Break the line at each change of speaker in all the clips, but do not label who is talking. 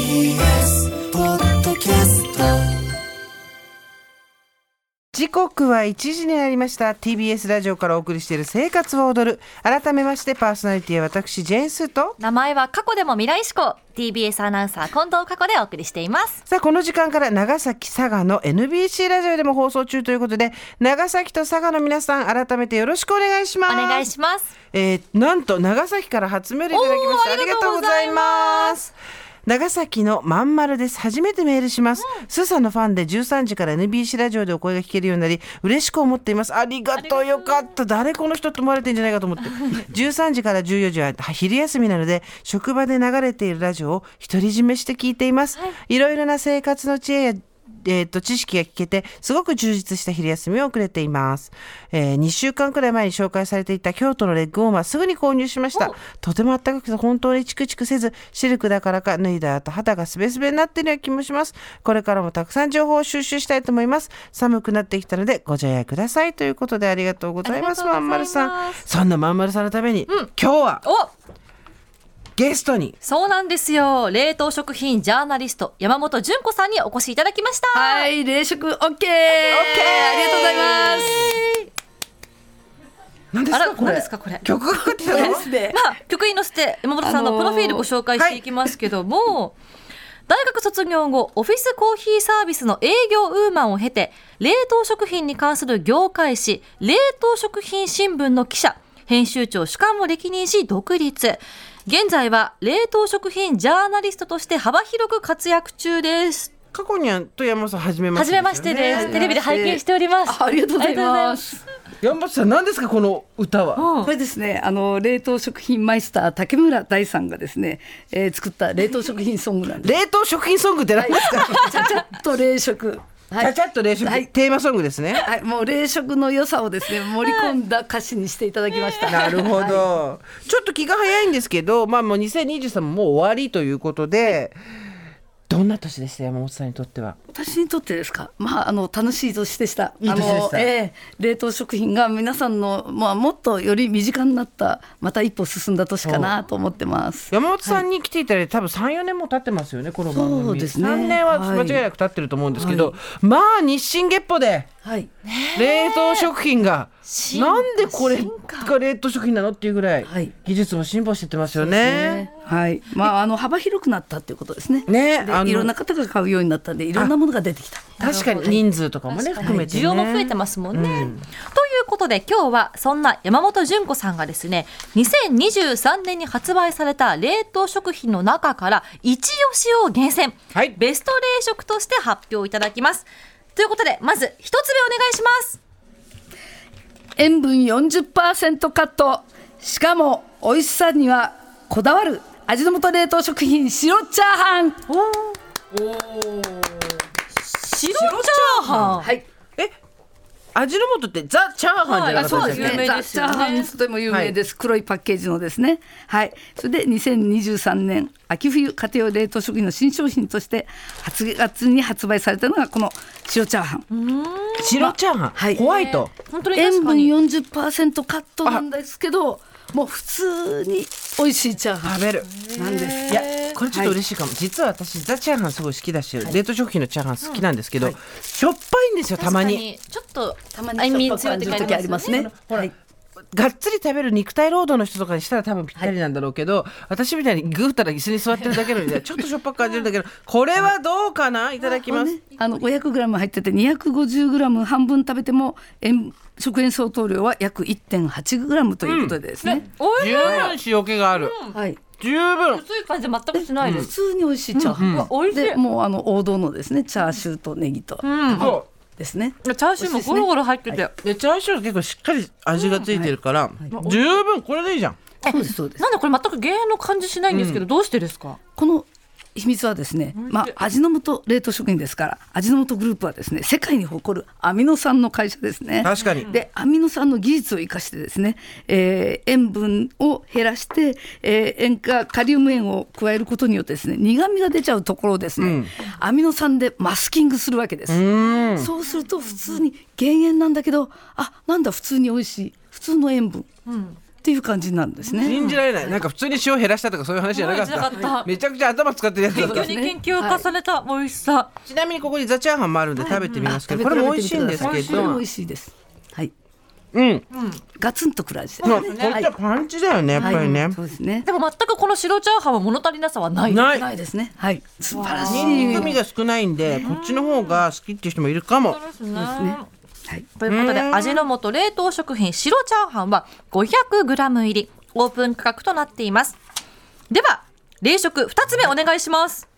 TBS ポッドキャスト
時刻は1時になりました TBS ラジオからお送りしている「生活は踊る」改めましてパーソナリティは私ジェーンスーと
名前は過去でも未来志向 TBS アナウンサー近藤佳子でお送りしています
さあこの時間から長崎佐賀の NBC ラジオでも放送中ということで長崎と佐賀の皆さん改めてよろしくお願いしま
お
す
願いします
えーなんと長崎から初メールいただきました
おー
ありがとうございます長崎のまんまるです初めてメールします、スーさんのファンで13時から NBC ラジオでお声が聞けるようになり嬉しく思っていますありがとうよかった誰この人と思われてんじゃないかと思って13時から14時は昼休みなので職場で流れているラジオを独り占めして聞いています、い、ろいろな生活の知恵やえー、と知識が聞けてすごく充実した昼休みを送れています、え2週間くらい前に紹介されていた京都のレッグウォーマーすぐに購入しましたとても暖かくて本当にチクチクせずシルクだからか脱いだ後肌がすべすべになっているような気もしますこれからもたくさん情報を収集したいと思います寒くなってきたのでご自愛くださいということでありがとうございます
ありが
ま
とうんござ
ま
い
る
ます
さんそんなまんまるさんのために、今日は
お
ゲストに
そうなんですよ冷凍食品ジャーナリスト山本純子さんにお越しいただきました
はい、冷食 OK! ありがとうございます。
何です
あ
からこれ
何ですかこれ
曲がかかってたの
ですね
まあ、曲に乗せて山本さん
あ
の
のー
プロフィールご紹介していきますけども、大学卒業後オフィスコーヒーサービスの営業ウーマンを経て冷凍食品に関する業界誌冷凍食品新聞の記者編集長主幹を歴任し独立現在は冷凍食品ジャーナリストとして幅広く活躍中です
過去にゃんと山本さん初めまし
初
て
め
で
ますし
よ
て
ね
ですテレビで拝見しております
あありがとうございま
あ
す。
山本さん何ですかこの歌は
りがとうございます
これですね、あの冷凍食品マイスター竹村大さんがですね、えー作った冷凍食品ソングなんです。
冷凍食品ソングって何ですか、
ちゃちゃっと冷食。は
ちゃ
い
ちゃっと冷食、
はい
テーマソングですね
はい、もう冷食の良さをですね、盛り込んだ歌詞にしていただきま した。
なるほど、ちょっと気が早いんですけどまあもう2023ももう終わりということで、どんな年でした山本さんにとっては
私にとってですか、まあ、あの楽しい年でした、
いい年でした
あのええ冷凍食品が皆さんの、まあ、もっとより身近になった、また一歩進んだ年かなと思ってます。
山本さんに来ていただいて多分34年も経ってますよねこの番組
そうですね
3年は間違いなく経ってると思うんですけど、まあ日進月歩で
はい、
冷凍食品が、
進
なんでこれ
進化
が冷凍食品なのっていうぐらい、
はい
技術も進歩してってますよね。
はい、まあ、あの幅広くなったっていうことですね。
ね
で
あの
いろんな方が買うようになったんで、いろんなものが出てきた。
確かに人数とかもね含めて、ね、
需要も増えてますもんね。ということで今日はそんな山本純子さんがですね2023年に発売された冷凍食品の中から一押しを厳選、
はい
ベスト冷食として発表いただきます。ということでまず一つ目お願いします。
塩分40%カットしかも美味しさにはこだわる味の素冷凍食品白チャーハン
白チャーハン。
はい
え味の素ってザ・チャーハンじゃなかった
は
で
い
す
そ
か、
うです有ね名
ザ
です
チ
よね
ャーハンとても有名です、黒いパッケージのですねはいそれで2023年秋冬家庭用冷凍食品の新商品として8月に発売されたのがこの白チャーハン
白チャーハン、
はい
ホワイト、
本当に
塩
確か
分
に。
40%カットなんですけどもう普通に美味しいチャーハ
食べる
ンなんです
いやこれちょっと嬉しいかも、実は私ザ・チャーハンすごい好きだし、冷凍食品のチャーハン好きなんですけど、しょっぱいんですよたまに
確かちょっと
たまにしょっぱく感じる時ありますね。はい
がっつり食べる肉体労働の人とかにしたら多分ぴったりなんだろうけど、私みたいにグーったら椅子に座ってるだけの にちょっとしょっぱく感じるんだけどこれはどうかないただきます、
あの 500g 入ってて 250g 半分食べても塩食塩相当量は約 1.8g ということでですね、
おいし
十
い。
分塩気がある、
はい、
十分
薄い感じ全くしないで
普
す。
通に美味しいチャーハン、
うんうん美味しい
でもうあの王道のですねチャーシューとネギと
そう
ですね、
チャーシューもゴロゴロ入ってて、
でチャーシューが結構しっかり味がついてるから、十分これでいいじゃん
そうですそうです
なんでこれ全く減塩の感じしないんですけど、どうしてですか？
この秘密はですね、まあ、味の素冷凍食品ですから味の素グループはですね世界に誇るアミノ酸の会社ですね
確かに
でアミノ酸の技術を生かしてですね、えー塩分を減らして、えー塩化カリウム塩を加えることによってですね苦味が出ちゃうところをですね、アミノ酸でマスキングするわけですそうすると普通に減塩なんだけどあなんだ普通に美味しい普通の塩分、っていう感じなんですね。
信じられないなんか普通に塩減らしたとかそういう話じゃなかっ
うんじゃなかったた
めちゃくちゃ頭使ってるやつだっ
研
た
究に研究を重ねた美味しさ、
ちなみにここにザチャーハンもあるんで食べてみますけど、これも美味しいんですけ
これも
ど
美味しいです。はい。
うん
ガツンとくる味です。
まあこっちはパンチだよねやっぱりね
はいそうですね。
でも全くこの白チャーハンは物足りなさはない
ない
ないですね。はい。素晴らしい。
ニンニク味が少ないんでこっちの方が好きっていう人もいるかも
ですね
はい。
ということで味の素冷凍食品白チャーハンは 500g 入りオープン価格となっていますでは冷食2つ目お願いします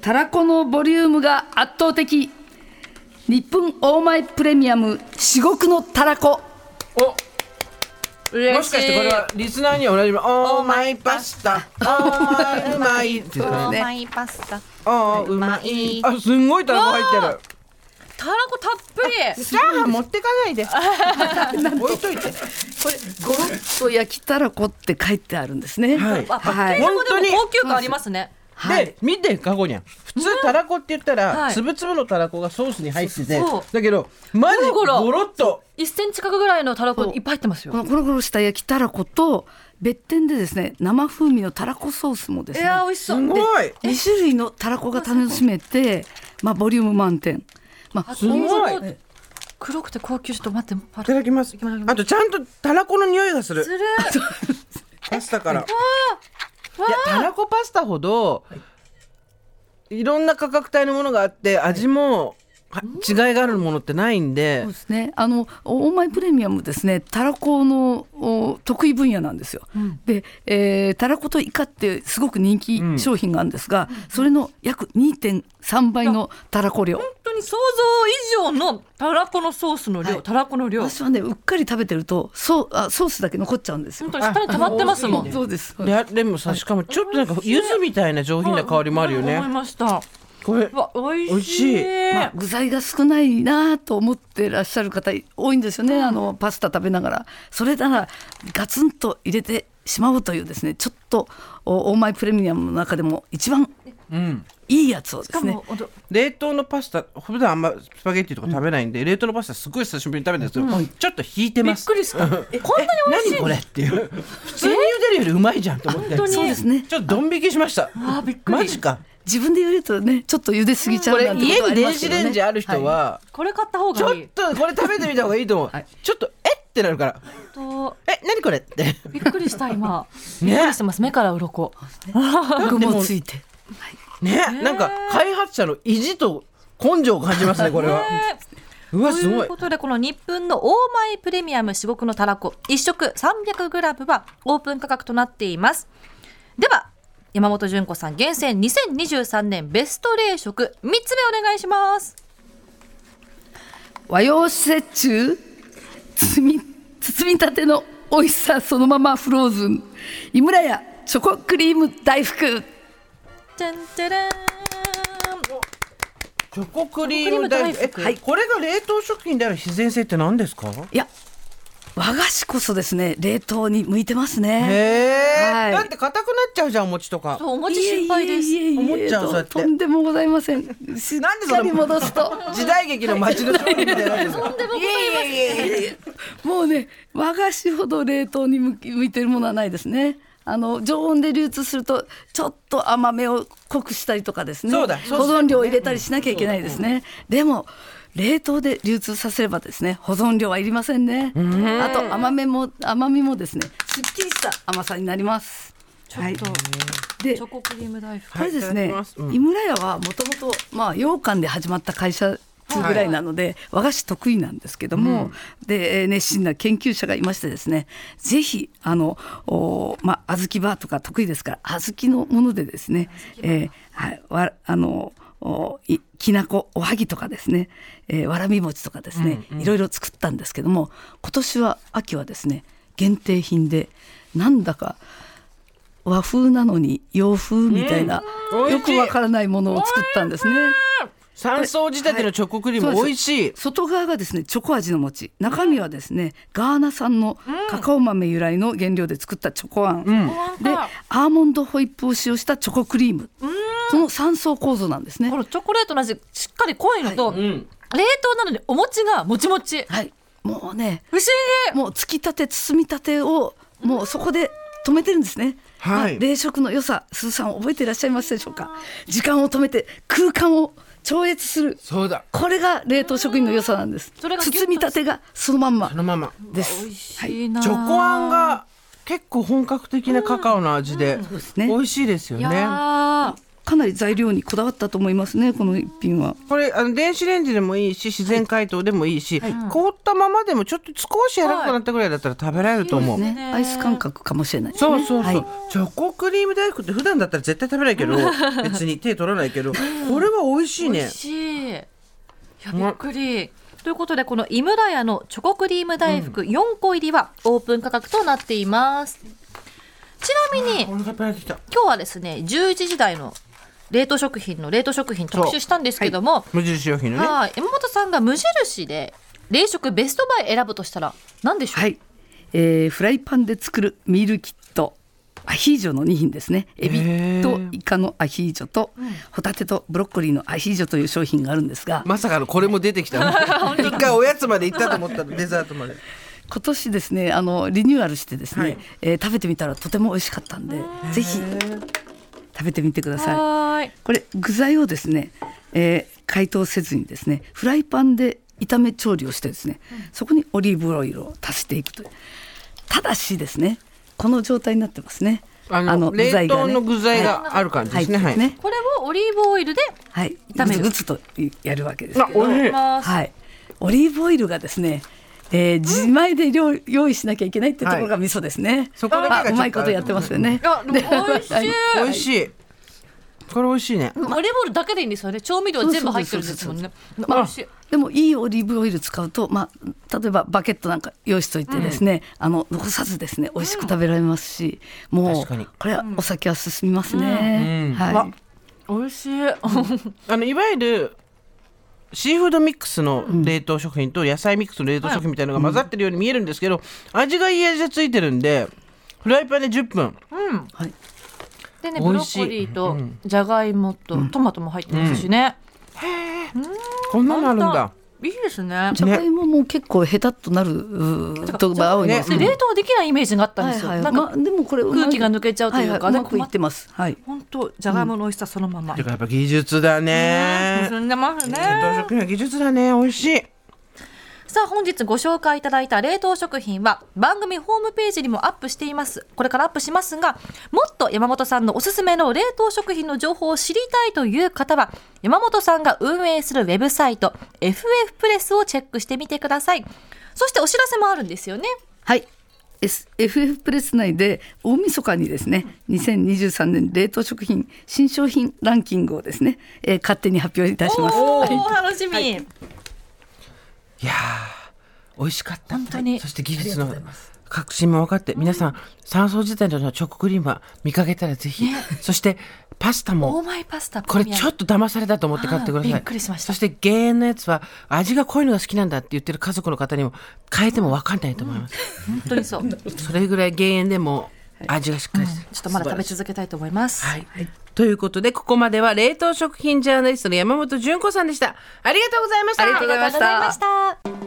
たらこのボリュームが圧倒的日本オーマイプレミアム至極のたらこ
お
嬉
もしかしてこれはリスナーにはおなじみ「オーマイパスタ」「オーマイうまい」って言ってたね
ね
マイパスタ
「オーうまい」あすんごいたらこ入ってる
たらこたっぷり
チャーハン持ってかない で置いといて
これゴロッと焼きたらこって書いてあるんです
は
ね
い
あ、
はい
パッケージも
本当に
でも高級感ありますね
はい
で見てかごにゃん普通たらこって言った
は
ら
い
つぶつぶのたらこがソースに入ってて
そうそう
だけどマジ
ゴ
ゴ
ロゴロ
ロっと
1センチ角ぐらいのたらこ
そう
いっぱい入ってます
こ
よ
のゴロゴロした焼きたらこと別店でですね生風味のたらこソースもで
い
すね
やー美味しそ
す
う
ごい
2種類のたらこが楽しめてまあボリューム満点まあ
すごい
え黒くて高級ちょっと待ってパ
いた
ラ
だきますあとちゃんとたらこの匂いがする
する
パスタから
わ
いやたらこパスタほどいろんな価格帯のものがあって味もは違いがあるものってないんで
そうですね。あのオーマイプレミアムですね。タラコのお得意分野なんですよ。で、えー、タラコとイカってすごく人気商品があるんですが、それの約2.3倍のタラコ量。
本当に想像以上のたらこのソースの量、
はい
たらこの量
私はねうっかり食べてるとそうあソースだけ残っちゃうんですよ
本。当に下に溜まってますもん、
そうです。そうです
ででもさしかもちょっとなんか柚子みたいな上品な香りもあるよ
思い
ね
ました
これ
うわ美
美
味
味
し
し
い
い
まあ、具材が少ないなと思ってらっしゃる方多いんですよね、あのパスタ食べながらそれならガツンと入れてしまおうというですねちょっとおオーマイプレミアムの中でも一番いいやつをで
しか
すね
も、おど
冷凍のパスタ普段あんまスパゲッティとか食べないんで、冷凍のパスタすごい久しぶりに食べたんですけど、ちょっと引いて
び
ま
っ
す
くりしたえこんなに美味しい
何これっていう普通に茹でるよりうまいじゃんと思って
本当に
そうですね
ちょっとドン引きしました
あーびっくり
マジか
自分で茹でるとねちょっと茹で過ぎちゃ
こ
う
れ
なんてこ
家
とあ
に
りま
電
す
子
けど、ね、
レンジある人
い
は、
これ買った方
ちょ
がいい
っとこれ食べてみた方がいいと思う、
はい
ちょっとえってなるから
と
え何これって
びっくりした今び
ね
っくりしてます目から鱗
具もついて
ねなんか開発者の意地と根性を感じますねこれは、
ね
うわ
と
す
い
ご
う
い
ことでこの日本のオーマイプレミアム至極のたらこ1食 300g はオープン価格となっていますでは山本純子さん厳選2023年ベスト冷食3つ目お願いします
和洋折衷包み包みたての美味しさそのままフローズン井村屋チョコクリーム大福
じゃんじゃらーん
チョコクリーム大
チョコクリーム大福
福え、これが冷凍食品である必然性って何ですか
いや和菓子こそですね冷凍に向いてます
へ
ね
え、
はい
だって硬くなっちゃうじゃんお餅とか
そうお餅心配です
いえいえいえいえ
思っちゃうそうやって
とんでもございませんしっ
なんでそんな
かり戻すと
時代劇の街の商品みたいになってるいやいやいやいや
もうね和菓子ほど冷凍に向き向いてるものはないですねあの常温で流通するとちょっと甘めを濃くしたりとかですね
そうだ
保存量を入れたりしなきゃいけないですね、でも冷凍で流通させればですね保存量はいりませんねあと甘めも甘みもですねすっきりした甘さになりますはいで
チョコクリーム大福
これです
い
ね
ただきますうん
井村屋はもともとまあ羊羹で始まった会社ぐらいなので、和菓子得意なんですけども、でえー熱心な研究者がいましてですねぜひあのおまあ小豆バーとか得意ですから小豆のものでですね、えーはいわあのおいきなこおはぎとかですね、えーわらび餅とかですね、いろいろ作ったんですけども今年は秋はですね限定品でなんだか和風なのに洋風みたいな、
うん
よくわからないものを作ったんですね。
三層仕立てのチョコクリー
はい
ム美味しい
外側がですねチョコ味の餅中身はですねガーナ産のカカオ豆由来の原料で作ったチョコあん、でアーモンドホイップを使用したチョコクリーム、その3層構造なんですね
こ。のチョコレートの味しっかり濃いのと、冷凍なのにお餅がもちもち、
はいもうね
不思議
もう突き立て包み立てをもうそこで止めてるんですね。
はい
まあ冷食の良さ、すずさん覚えていらっしゃいますでしょうか。時間を止めて空間を超越する。
そうだ
これが冷凍食品の良さなんです。
それがギュッと
包み立てがそのまんま
そのまま
です。
いいな
チョコあんが結構本格的なカカオの味で
す
美
ね
味しいですよ
いや
ね。
ー
かなり材料にこだわったと思いますね。この一品は。
これあの電子レンジでもいいし自然解凍でもいいし、凍ったままでもちょっと少し柔らかくなったぐらいだったら食べられると思う。
ね、
ね
アイス感覚かもしれないですね。
そうそうそう、
はい
チョコクリーム大福って普段だったら絶対食べない けど別に手取らないけどこれは美味しい
美
ね
味。しい。いやびっくり。ということでこの井村屋のチョコクリーム大福4個入りはオープン価格となっています。ちなみに
お腹いっぱいになってきた。
今日はですね11時台の冷凍食品の冷凍食品特集したんですけども、
無印良品のね。
はい山本さんが無印で冷食ベストバイ選ぶとしたら何でしょう。
はい、えーフライパンで作るミールキットアヒージョの2品ですねエ
へ
ビと
ー
イカのアヒージョとホタテとブロッコリーのアヒージョという商品があるんですが
まさかのこれも出てきた。 一回おやつまで行ったと思ったらデザートまで。
今年ですねあのリニューアルしてですね、
はい
えー食べてみたらとても美味しかったんでぜひ食べてみてください。
はーい。
これ具材をですね、えー解凍せずにですねフライパンで炒め調理をしてですね、そこにオリーブオイルを足していくというただしですねこの状態になってますね
あの冷凍の具材がある感じですね。
はい、
はい。
ね
これをオリーブオイルで
はい、
炒め
炒め
る
ぐつぐつとやるわけです
あ
け、ど
おいしい。
ます。
はい、オリーブオイルがですね、えー自前で料用意しなきゃいけないってところが味噌ですね、
そこだけがちょっと
あうまいことやってますよね
あでも美味しい。
はい
美味しい。これ美味しいね。
オリーブオイルだけでいいんですよね。調味料全部入ってるんですもんね。美味しい。
でもいいオリーブオイル使うと、まあ、例えばバケットなんか用意しといてですね、あの残さずですね美味しく食べられますし、もう
確かに
これはお酒は進みますね、
うん
はい、
美味しい。
あのいわゆるシーフードミックスの冷凍食品と野菜ミックスの冷凍食品みたいなのが混ざってるように見えるんですけど、味がいい味がついてるんでフライパンで10分
うん。
はい
でね、
美
ブロ
味し
ッ
い
コリーとじゃがいもとトマトも入ってますしね。
こんなのあるんだ
いいですね。
じゃがいもも結構へたっとなるうーとが多いんです
ね
ね
冷凍できないイメージがあったん
は
で
い
す
は
よ。
い
なん
ま
か
あ、でもこれうま
空気が抜けちゃうというか
はは
なん
う
か
まくいってますはい
本当じゃがいもの美味しさそのまま
て。かやっぱ技術だね
進んでますね。
冷凍食品は技術だね美味しい
さあ本日ご紹介いただいた冷凍食品は番組ホームページにもアップしていますこれからアップしますがもっと山本さんのおすすめの冷凍食品の情報を知りたいという方は山本さんが運営するウェブサイト FF プレスをチェックしてみてくださいそしてお知らせもあるんですよね
はい。S- FF プレス内で大晦日にですね2023年冷凍食品新商品ランキングをですね、えー勝手に発表いたします。
お
はい
ー楽しみ、
いやー美味しかった
本当に
そして技術の革新も分かって皆さん三層時代のチョコクリームは見かけたらぜひ、そしてパスタも
オーマイパスタ
これちょ
っ
っと騙されたと思って買ってください。
はいびっくりしました
そして減塩のやつは味が濃いのが好きなんだって言ってる家族の方にも変えても分かんないと思います。
本当にそうちょ
それぐらい減塩でも味がしっかりしてる、
っとまだ食べ続けたいと思います
はい。ということでここまでは冷凍食品ジャーナリストの山本純子さんでした。ありがとうございました。
ありがとうございました
ありがとうございました